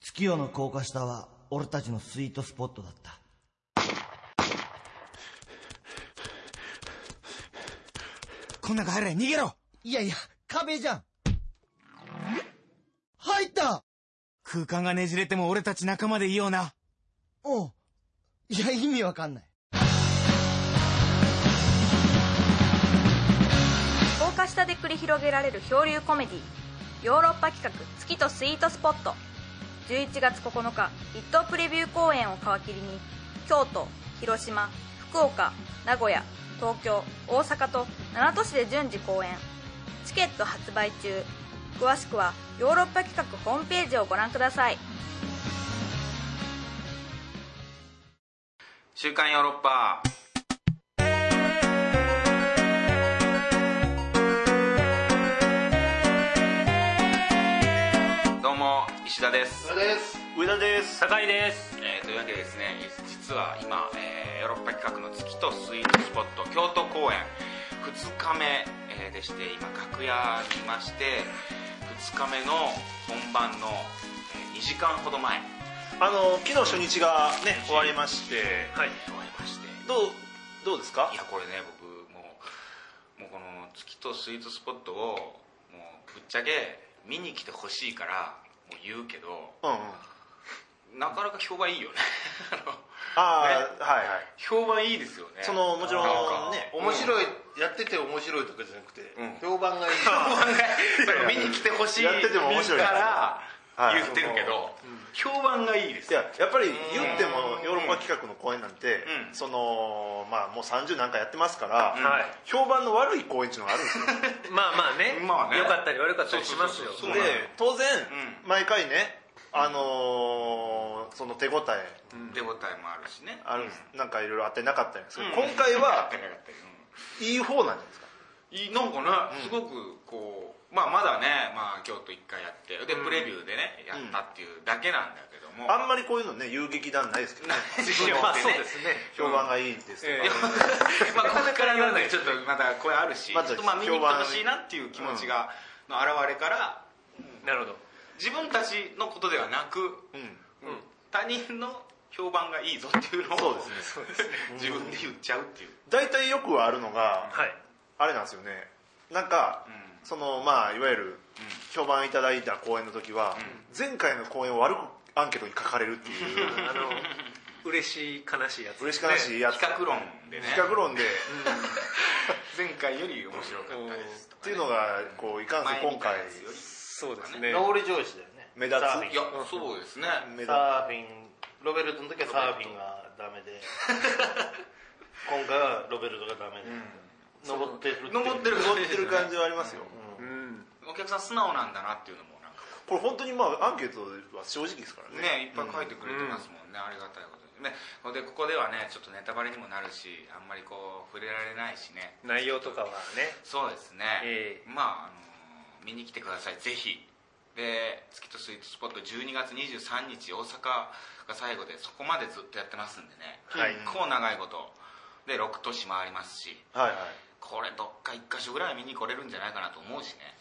月夜の高架下は俺たちのスイートスポットだったこん中入れ逃げろいやいや壁じゃん入った空間がねじれても俺たち仲間でいような。おういや意味わかんない高架下で繰り広げられる漂流コメディヨーロッパ企画「月とスイートスポット」11月9日一等プレビュー公演を皮切りに京都広島福岡名古屋東京大阪と7都市で順次公演チケット発売中詳しくはヨーロッパ企画ホームページをご覧ください週刊ヨーロッパどうも石田です、上田です高井ですえーというわけでですね実は今、えーヨーロッパ企画の月とスイートスポット京都公演2日目、えーでして今楽屋にいまして2日目の本番の2時間ほど前あの昨日初日がね終わりましてはい終わりましてどうどうですかいやこれね僕もうもうこの月とスイートスポットをもうぶっちゃけ見に来てほしいからもう言うけどうんうんなかなか評判いいよね あのああ、はいはい評判いいですよねそのもちろんなんかね面白い、やってて面白いとかじゃなくて、うん評判が いいその見に来てほしいやってても面白いからはい言ってるけど、評判がいいですいややっぱり言ってもヨーロッパ企画の公演なんて、うんそのまあもう30何回やってますから、うんはい評判の悪い公演っていうのがあるん ですよまあまあね,、まあねよかったり悪かったりしますよそうそうそうそうで当然、う毎回ねあのーその手応え手応えもあるしねある、なんかいろいろ当てなかったんですけど、うん今回はなかったなかったうんいい方なんじゃないですかいいなんかね、すごくこう、まあ、まだね、まあ、京都1回やってでプレビューでね、やったっていうだけなんだけども、あんまりこういうのね遊撃団ないですけどねいやまあそうですね評判がいいですとか、いやまあここからなんでちょっとまだ声あるし、まずちょっとまあ見に来てほしいなっていう気持ちが、の表れからなるほど自分たちのことではなく、うんうん他人の評判がいいぞっていうのをそうですね自分で言っちゃうっていう、大体よくあるのが、はいあれなんですよねなんか、うそのまあいわゆる評判いただいた公演の時は、前回の公演を悪くアンケートに書かれるって いうあの嬉しい悲しいやつ嬉しかなしいやつ、比較論でね比較論で、前回より面白かったですとっかていうのがこういかんせ前みん今た回いなやつよりそうですね上り上司だよね目立つサーフィンいやそうですね、目立サーフィンロベルトの時はサーフィンがダメ で今回はロベルトがダメで、登ってるっていう登ってる登ってる感じはありますよ、うんお客さん素直なんだなっていうのもなんかこれ本当にまあアンケートは正直ですからねねいっぱい書いてくれてますもんね、ありがたいことにねでここではねちょっとネタバレにもなるしあんまりこう触れられないしね内容とかはねそうですね、ええまあ、あの見に来てくださいぜひで月とスイートスポット12月23日大阪が最後でそこまでずっとやってますんでね、はい結構長いことで6都市回りますしはいはいこれどっか1箇所ぐらいは見に来れるんじゃないかなと思うしね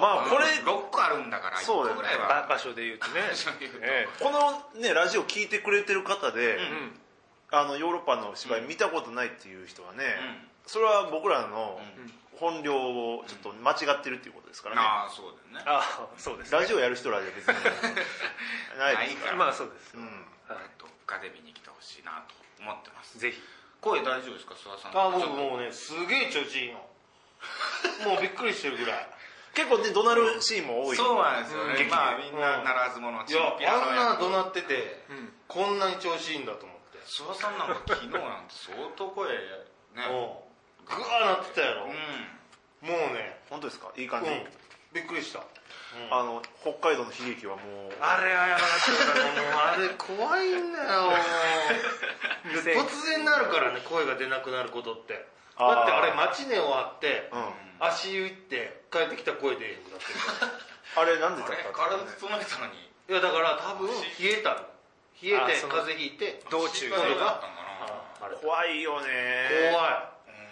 まあこれ6個あるんだから1個そうだよねぐらいはば場所で言うとね所で言うとえこのねラジオ聞いてくれてる方で、えうんあのヨーロッパの芝居見たことないっていう人はね、それは僕らの本領をちょっと間違ってるっていうことですからね、ああそうだよねああそうですねラジオやる人らじゃ別に ないですから、まあそうです、うんはどっかで見に来てほしいなと思ってますい、ぜひ声大丈夫ですか諏訪さんあ僕ちょっともうねすげえ調子いいのもうびっくりしてるぐらい結構ね怒鳴るシーンも多いそうなんですよね、うんまあ劇みんなならず者いチやンピラのあんなやつ怒鳴ってて、こんなに調子いいんだと思って諏訪さんなんか昨日なんて相当声ねもうグワーなってたやろ、うんもうね、本当ですかいいうん感じ、、びっくりした、あの北海道の悲劇はもうあれはやば かったからもうあれ怖いんだ よで突然なるからね声が出なくなることってあーだってあれ待ち寝終わって、うん足湯行って帰ってきた声出へんくなってるあれなんでだあれった体整えたのに いやだから多分冷えたの冷あえてその風邪ひいて道中心そう配だだったんかなあれ怖怖いよね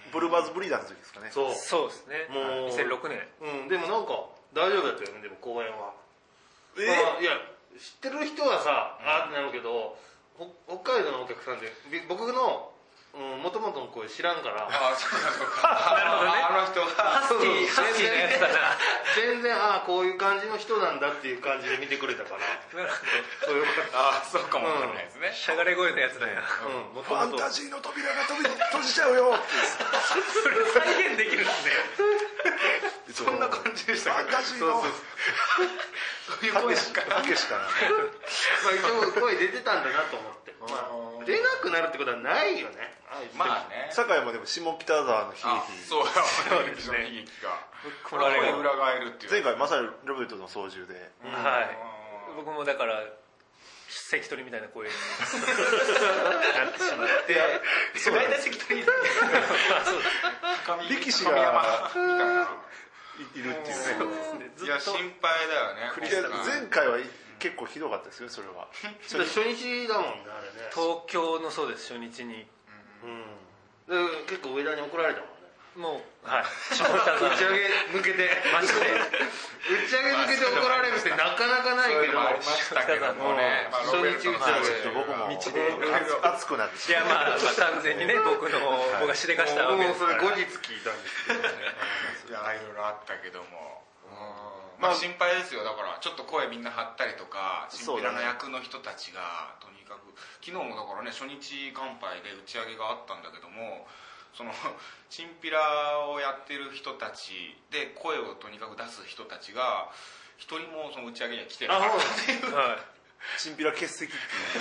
いブルーバーズブリーダーの時ですかねそうそうですねもう2006年うんでもなんか大丈夫だったよねでも公演はえまあいや知ってる人はさあーってなるけど、ほ北海道のお客さんでび僕のもともとの声知らんからああそうかそうかなるほど、ね、あの人はハスキーハスキーなやつだな全然ああこういう感じの人なんだっていう感じで見てくれたからそうよかったああそうかもわかんないですね、しゃがれ声のやつだようん、もフとァンもとタジーの扉が飛び閉じちゃうよっそれを再現できるんですねてそんな感じでしたファンタジーのそういう声しかたけしかなまあ、一応声出てたんだなと思って、まあ、出なくなるってことはないよねまあね酒井もでも下北沢の悲あ劇そうやそうですね悲劇がこれれが裏返るっていう前回まさにロベルトの操縦ではい僕もだから関取みたいな声になってしまってそうなん大で体関取だ力士神山がみたいないいるっていうねいや心配だよねいや前回は結構ひどかったですよそれはそれ初日だもんねあれね東京のそうです初日にうんで結構上田に怒られたもんねもうはい下打北沢ち上げ抜けてマジで打ち上げ抜けて怒られるってなかなかないそういうけどのもありましたけどもねまあ初日打ちち上ょっと僕も道熱で熱くなっていやまあ、まあ、完全にね僕の僕がしでかしたわけもうでそすかれら後日聞いたんですけいどやいろいろあったけどもまあ心配ですよだからちょっと声みんな張ったりとかチンピラの役の人たちがとにかく昨日もだからね初日乾杯で打ち上げがあったんだけどもその チンピラをやってる人たちで声をとにかく出す人たちが一人もその打ち上げには来てないはいチンピラ欠席っていう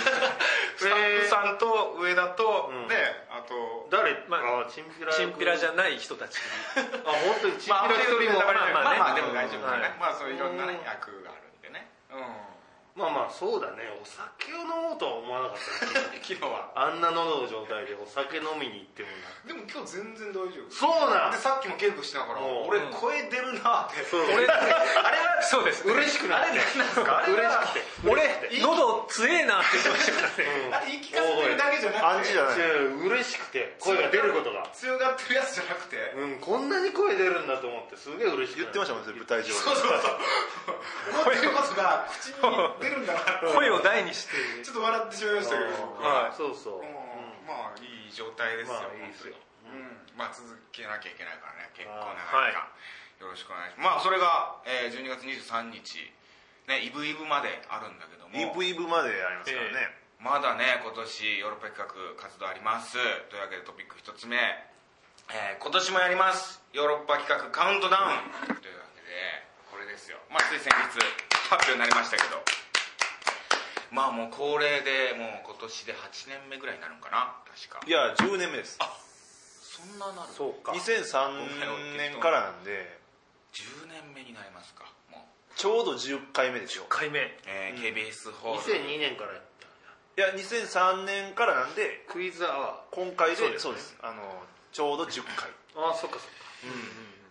スタ ッフさんと上田と、ねあと誰まああチンピラチンピラじゃゃない人たちあ本当にチンピラ一人もまあまあまあまあねでも大丈夫だね、はいまあそういういろんなね役があるんでねうまあまあそうだねお酒を飲もうとは思わなかったけどん昨日はあんな喉の状態でお酒飲みに行ってもなでも今日全然大丈夫そうなんでさっきも稽古しながらおう俺声出るなって そう俺あれはそうです嬉しくなって嬉しくて俺喉強えなって言ってましたかあ らねれ言い聞かせてるだけじゃな暗くて示じゃない違う嬉しくて声が出ることが強がってるやつじゃなくてうんこんなに声出るんだと思ってすげえ嬉しく言ってましたもんね舞台上でそうそうそう思ってることが口に出るんだなって声を大にしてちょっと笑ってしまいましたけどはたそうそううんまあいい状態ですよまあいいですよ本当にうんまあ続けなきゃいけないからね結構長い間よろしくお願いしますまあそれがえー12月23日ねイブイブまであるんだけどもイブイブまでありますからねまだね今年ヨーロッパ企画活動ありますというわけでトピック1つ目、えー今年もやりますヨーロッパ企画カウントダウンというわけでこれですよまあつい先日発表になりましたけどまあもう恒例でもう今年で8年目ぐらいになるんかな確かいや10年目ですそんななるそうか2003年からなんで10年目になりますかもう、ちょうど10回目でしょ回目えー KBS ホール2002年からやったんやいや2003年からなんでクイズアワ今回でそうですねそうですあのちょうど10回ーああそっかそっか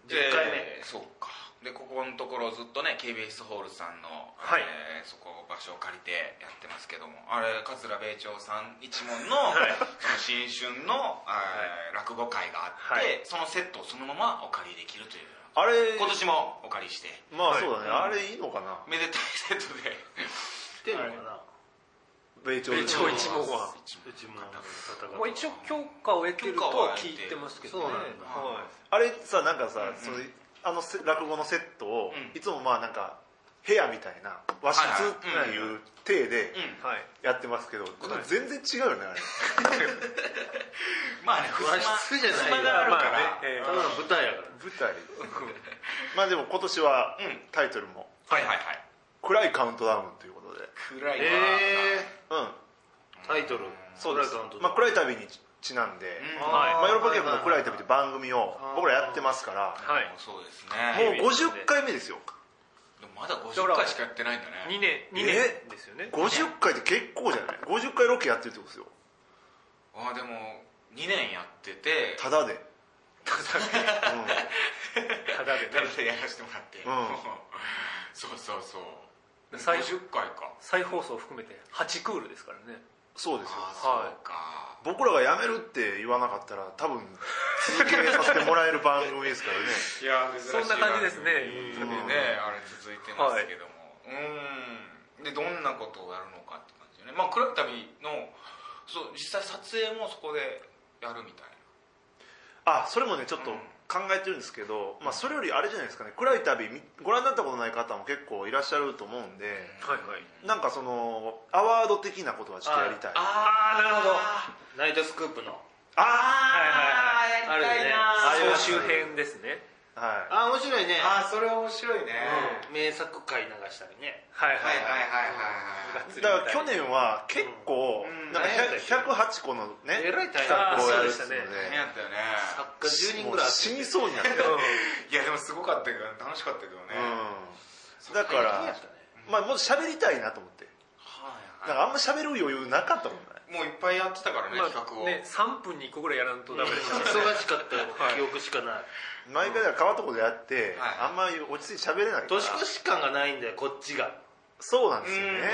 で10回そうかでここのところずっとね KBS ホールさんの、はいえーそこ場所を借りてやってますけどもあれ桂米朝さん一門 の,、その新春の、えー落語会があって、はいそのセットをそのままお借りできるというあれ今年もお借りしてまあそうだねあれいいのかなめでたいセット で知ってんのかな米朝米朝一門は一門うちもまあ一応許可を得てるとは聞いてますけどねそうなんだはあれさなんかさ、そのあのせ落語のセットを、うんいつもまあなんか部屋みたいな和室っていう体でうんはいやってますけど、全然違うよねあれまあね和室じゃな襖いよがあるから、まあねえただの舞台やから舞台まあでも今年はうんタイトルもはいはいはい「暗いカウントダウン」ということで暗いわ、えうんータイトルそうですブラックアウトまあ、暗い旅にちなんで、うんまはあ、いヨーロッパ局の「暗い旅」って番組を僕らやってますからはいもうそうですもうね50回目ですよでもまだ50回しかやってないんだね2年2年ですよね50回って結構じゃない50回ロケやってるってことですよああでも2年やっててただでただでねタダでやらせてもらって、んそうそうそう最初50回か再放送含めて8クールですからねそうですよああそうか、僕らが辞めるって言わなかったら多分続けさせてもらえる番組ですからねい、やそんな感じですねねあれ続いてますけども、うーんでどんなことをやるのかって感じよねまあ暗い旅のそう実際撮影もそこでやるみたいあそれもねちょっと考えてるんですけど、まあ、それよりあれじゃないですかね「暗い旅」みご覧になったことない方も結構いらっしゃると思うんで、はいはいなんかそのアワード的なことはちょっとやりたいあああなるほどナイトスクープのあなあるねー総集編ですねーはいああ面白いねあそれは面白いね名作回流したりねはいはいはいはいはいいだから去年は結構、うんなんかうん100 108個のねえらい大企変画をやるっつうのであーそうで大変やったよね作家10人ぐらもいう死集めにてそうになってる、いやでもすごかったけど楽しかったけどね、うん、だか大ら変やっ、たねまあ、もっと喋りたいなと思ってはいなんかあんま喋る余裕なかったもんねもういっぱいやってたからね、まあ企画を、ね3分に1個ぐらいやらんとダメでしたね忙しかった記憶しかない毎回だから変わったことやって、はあんまり落ち着いて喋れないから年越し感がないんだよこっちがそうなんですよえ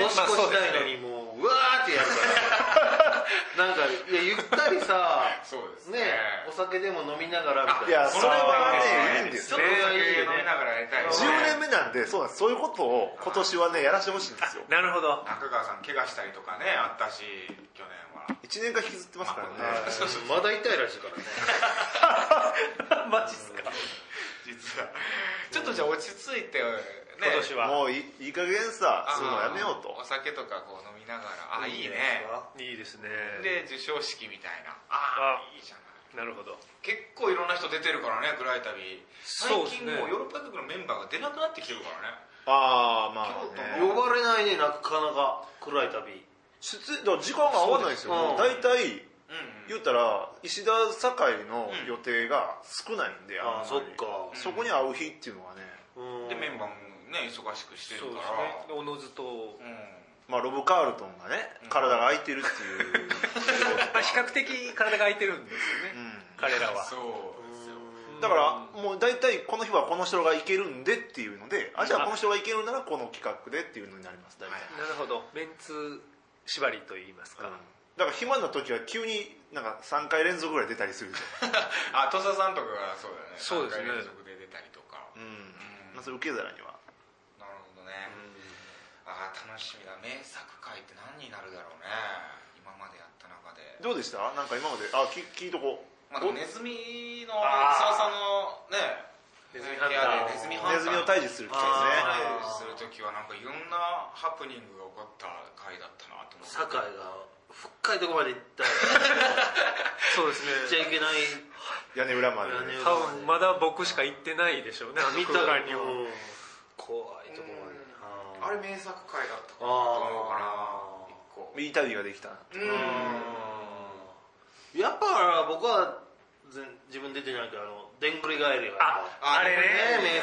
ね年越したいのにもううわーってやるからなんかいやゆったりさそうですねねお酒でも飲みながらみたいやないそれはそうでねいいんですちよょっおといい酒飲よみねながらやりたいね10年目なんでそうなんですそういうことを今年はねやらせてほしいんですよなるほど中川さん怪我したりとかねあったし去年は1年間引きずってますからねそうそうまだ痛いらしいからねマジっすか実はちょっとじゃあ落ち着いてね今年はもういいいい加減さあそういうのやめようおと酒とかこう飲みながらあいいねいいですねで授賞式みたいなああいいじゃないなるほど結構いろんな人出てるからね暗い旅最そうです近ねもうヨーロッパ局のメンバーが出なくなってきてるからねああま京都ねも呼ばれないねなかなか暗い旅出だから時間が合わないんですよそう大うん、う体ん、言ったら石田堺の予定が少ないんで、んまりああそっかそこに会う日っていうのはね、うんでメンバーもね忙しくしてそうるですねからおのずとうまあ、ロブ・カールトンがね体が空いてるって いう、まあ比較的体が空いてるんですよね彼らんはそうですよだからもう大体この日はこの人が行けるんでっていうのであじゃあこの人が行けるならこの企画でっていうのになります大体、なるほどメンツ縛りといいますか、うんだから暇な時は急になんか3回連続ぐらい出たりするじ あ土佐さんとかがそうだよねそうです三ね回連続で出たりとかゃん、うんまあ、それ受け皿にはなるほどね、ああ楽しみだ名作会って何になるだろうね今までやった中でどうでしたなんか今まであき聞いとこまあ、でもネズミのあー沢さんのねネズミハンタ部屋ーでネズミハンターネズミを退治する機会ですね退治する時はなんかいろんなハプニングが起こった回だったなと思って堺が深いとこまで行ったらそうですね行っちゃいけない屋根裏まで、屋根裏多分まだ僕しか行ってないでしょうねあの見た空間にうもん怖いとこまでああれ名作回だったかなと思うかあなー一個いい旅ができたなーやっぱ僕は全自分出てないけどあのでんぐり返りがああれね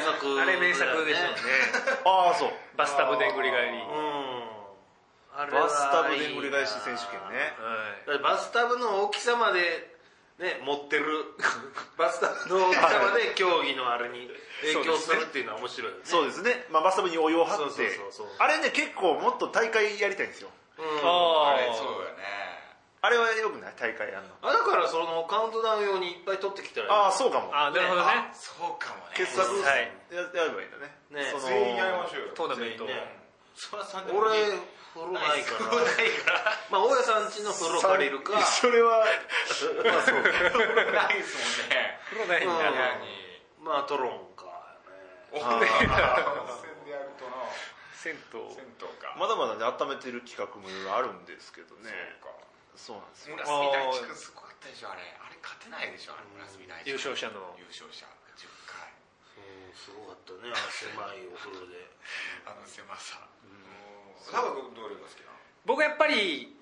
名作あれ名作でしょうねああそうバスタブでんぐり返りうんあれはバスタブでんぐり返し選手権ねだはからバスタブの大きさまでね持ってるバスタブの大きさまで競技のあれに影響するっていうのは面白いよねそうですね、まあ、バスタブにお湯を張ってそうそうそうそうあれね結構もっと大会やりたいんですようんあいれあそあうよねあれはよくない大会やるのあだからそのカウントダウン用にいっぱい取ってきたらいいああそうかもあなるほどねあそうかもね傑作うんやはいやればいいんだねねその全員やりましょうよトーナメント、ねそらさんでも俺いい風呂ないか風呂らないからまあ大家さん家の風呂借りるかそれは まあそうか風呂ないですもんね風呂ないんうだ、ん部屋にまあトロンかね温あー泉 でやるとな銭湯銭湯かまだまだね温めてる企画もいろいろあるんですけどねそうかそうなんですよ村住大地君すごかったでしょあれあれ勝てないでしょあれ村住大地君優勝者の優勝者10回うんすごかったねあの狭いお風呂であの狭さサバ君どれが好きなの僕やっぱり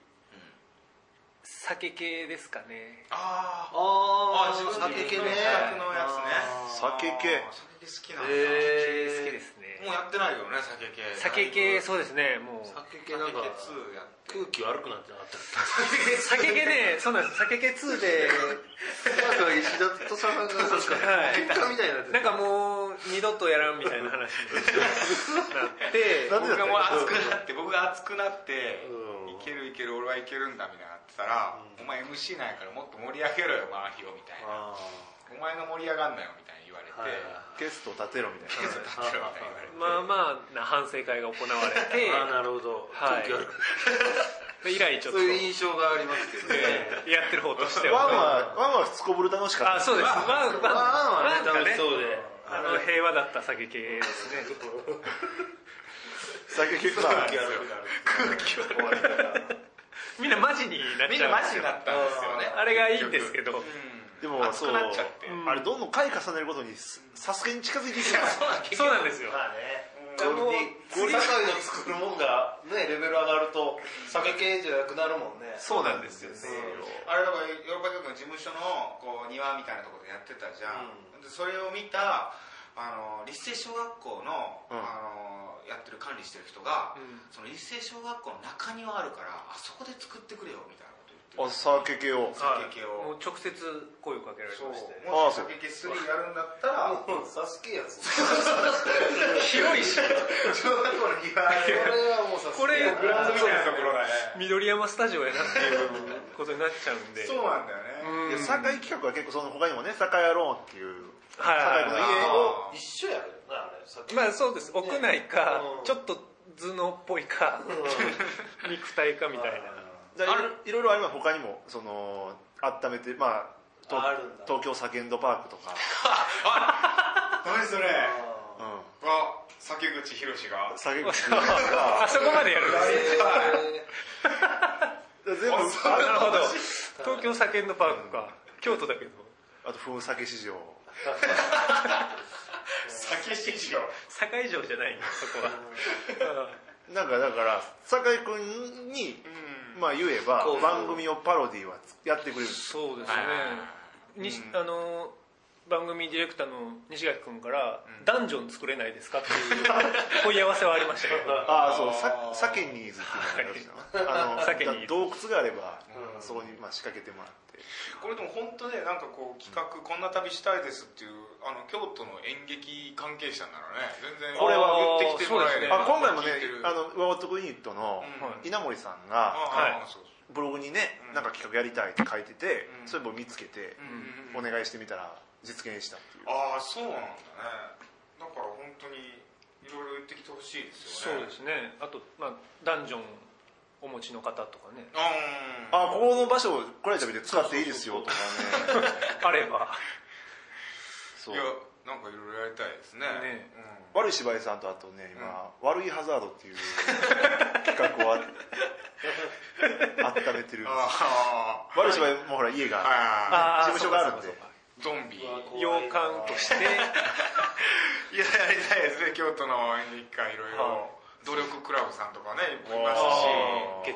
酒系ですかねあーああ自分酒で系ね自宅のやつね酒系あー酒系好きなんだえー好きですねもうやってないよね酒系酒系酒系そうですねもう酒系なんか2やって空気悪くなってなかった酒系ねそうなんです酒系2でなんか石田とさんがなんか喧嘩みたいになって なんかもう二度とやらんみたいな話になってなんで僕だがったもうの熱くなって僕が熱くなってうんいけるいける俺はいけるんだみたいなってたらお前 MC なんやからもっと盛り上げろよ周りをみたいなあお前が盛り上がんなよみたいに言言われて、はいゲストを立てろみたいな立てろみたいに言われてまあまあな反省会が行われてああなるほど、はい空気悪くで以来ちょっとそういう印象がありますけどね、えーやってる方としてワンははワンはすこぶる楽しかあっそうですワンワンワンはねワンがね楽しそうであの平和だった酒系ですねた酒結構空気悪くなるみんなマジにな っみんちゃなうマジだったんですよねあれがいいんですけどどでも熱そくうなっちゃってあれどんどん回重ねるごとにすサスケに近づいていくよそうなんですよまあねゴうんールディゴールディ酒井の作るもんがねレベル上がると酒系じゃなくなるもんねそうなんですよねあれだからヨーロッパ局の事務所のこう庭みたいなところでやってたじゃん、でそれを見たあの立成小学校の,、うんあのやってる管理してる人が、んその立成小学校の中庭あるからあそこで作ってくれよみたいなこと言おって酒系を酒系もをう直接声をかけられそうましてあもあしそう酒系3やるんだったらうんサスケやつ広いし小学校の庭これはもうサスケこれグラウンドみたいなところだね緑山スタジオやなっていうことになっちゃうんでそうなんだよね、いや酒井企画は結構その他にもね酒屋ローンっていうはい酒井はいのはい家を一緒やけどなあれ酒まあそうです屋内かうんちょっと頭脳っぽいか肉体かみたいだからいろいろあれば他にもその温めてまあとあるんだ東京サケンドパークとか、何それうあ酒口博がん、酒口な あそこまでやるんで全すね部あなるるほど東京酒のパークか京都だけどあと風酒市場酒市場堺城じゃないんだそこはなんかだから酒井君に、まあ、言えばこう番組をパロディはやってくれるそうですね西あの番組ディレクターの西垣君から「ダンジョン作れないですか?」っていう問い合わせはありましたけど ああそうさ酒ニーズっていうのがあるんですよあの酒ニーズ洞窟があれば、そこにまあ仕掛けてもらってこれでも本当ねなんかこう企画こんな旅したいですっていうあの京都の演劇関係者ならね全然これは言ってきてもらえればあ今回もね聞いてるあのワオットクユニットの稲森さんが、ああそうそうブログにね、なんか企画やりたいって書いてて、うんそれ僕見つけて、うんお願いしてみたら実現したっていうああそうなんだねだから本当にいろいろ言ってきてほしいですそようねですねあと、まあ、ダンジョンお持ちの方とか ねああここの場所をこれ食べて使っていいですよとかねあればそーういやなんかいろいろやりたいですねねうん悪い芝居さんとあとね今、悪いハザード っていう企画をあ温めてるんですあ悪い芝居もほら家がああ事あー務所があるんでそうかーゾそうかンビいやそうか洋館としてやりたいですね京都の演劇界いろいろ努力クラブさんとかねいます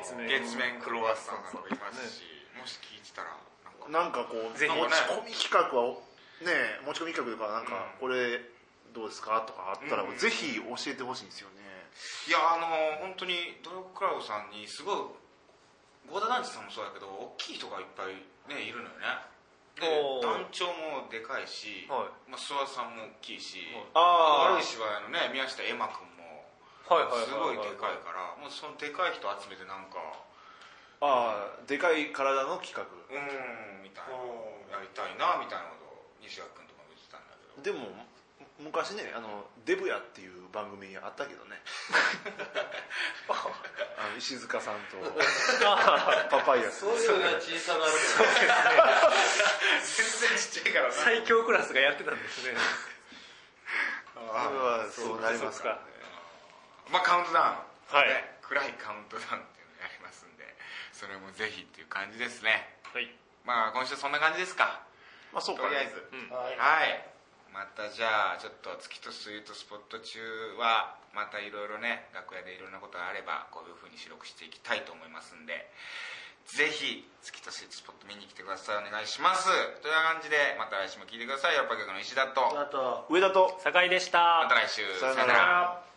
しあー月面月面クロワッサンさんとかいますし、もし聞いてたらなんかなんかこうぜひ持ち込み企画はね持ち込み企画とかなんか、これどうですかとかあったら、うんぜひ教えてほしいんですよねいやあの本当に努力クラブさんにすごい合田団地さんもそうだけど大きい人がいっぱいねいるのよねでおー団長もでかいし、はまあ、諏訪さんも大きいし、あ悪い芝居のね宮下絵馬君もはいはいはいすごいはでかいからもうそのでかい人集めてなんかああでかい体の企画うーんみたいなやりたいなみたいなことを西垣君とかも言ってたんだけど でもむ昔ねあのデブヤっていう番組あったけ どねあの石塚さん とパパイヤそういうのが小さなる全然ちっちゃいからな最強クラスがやってたんですねあれはそうなりますからね まあカウントダウン、はいね暗いカウントダウンっていうのやりますんでそれもぜひっていう感じですねはいまあ今週そんな感じですかまあそうかとりあえず、はい、またじゃあちょっと月とスイートスポット中はまたいろいろね楽屋でいろんなことがあればこういうふうに収録していきたいと思いますんでぜひ月とスイートスポット見に来てくださいお願いしますという感じでまた来週も聞いてくださいヨーロッパ局の石田とあと上田と酒井でしたまた来週さよならら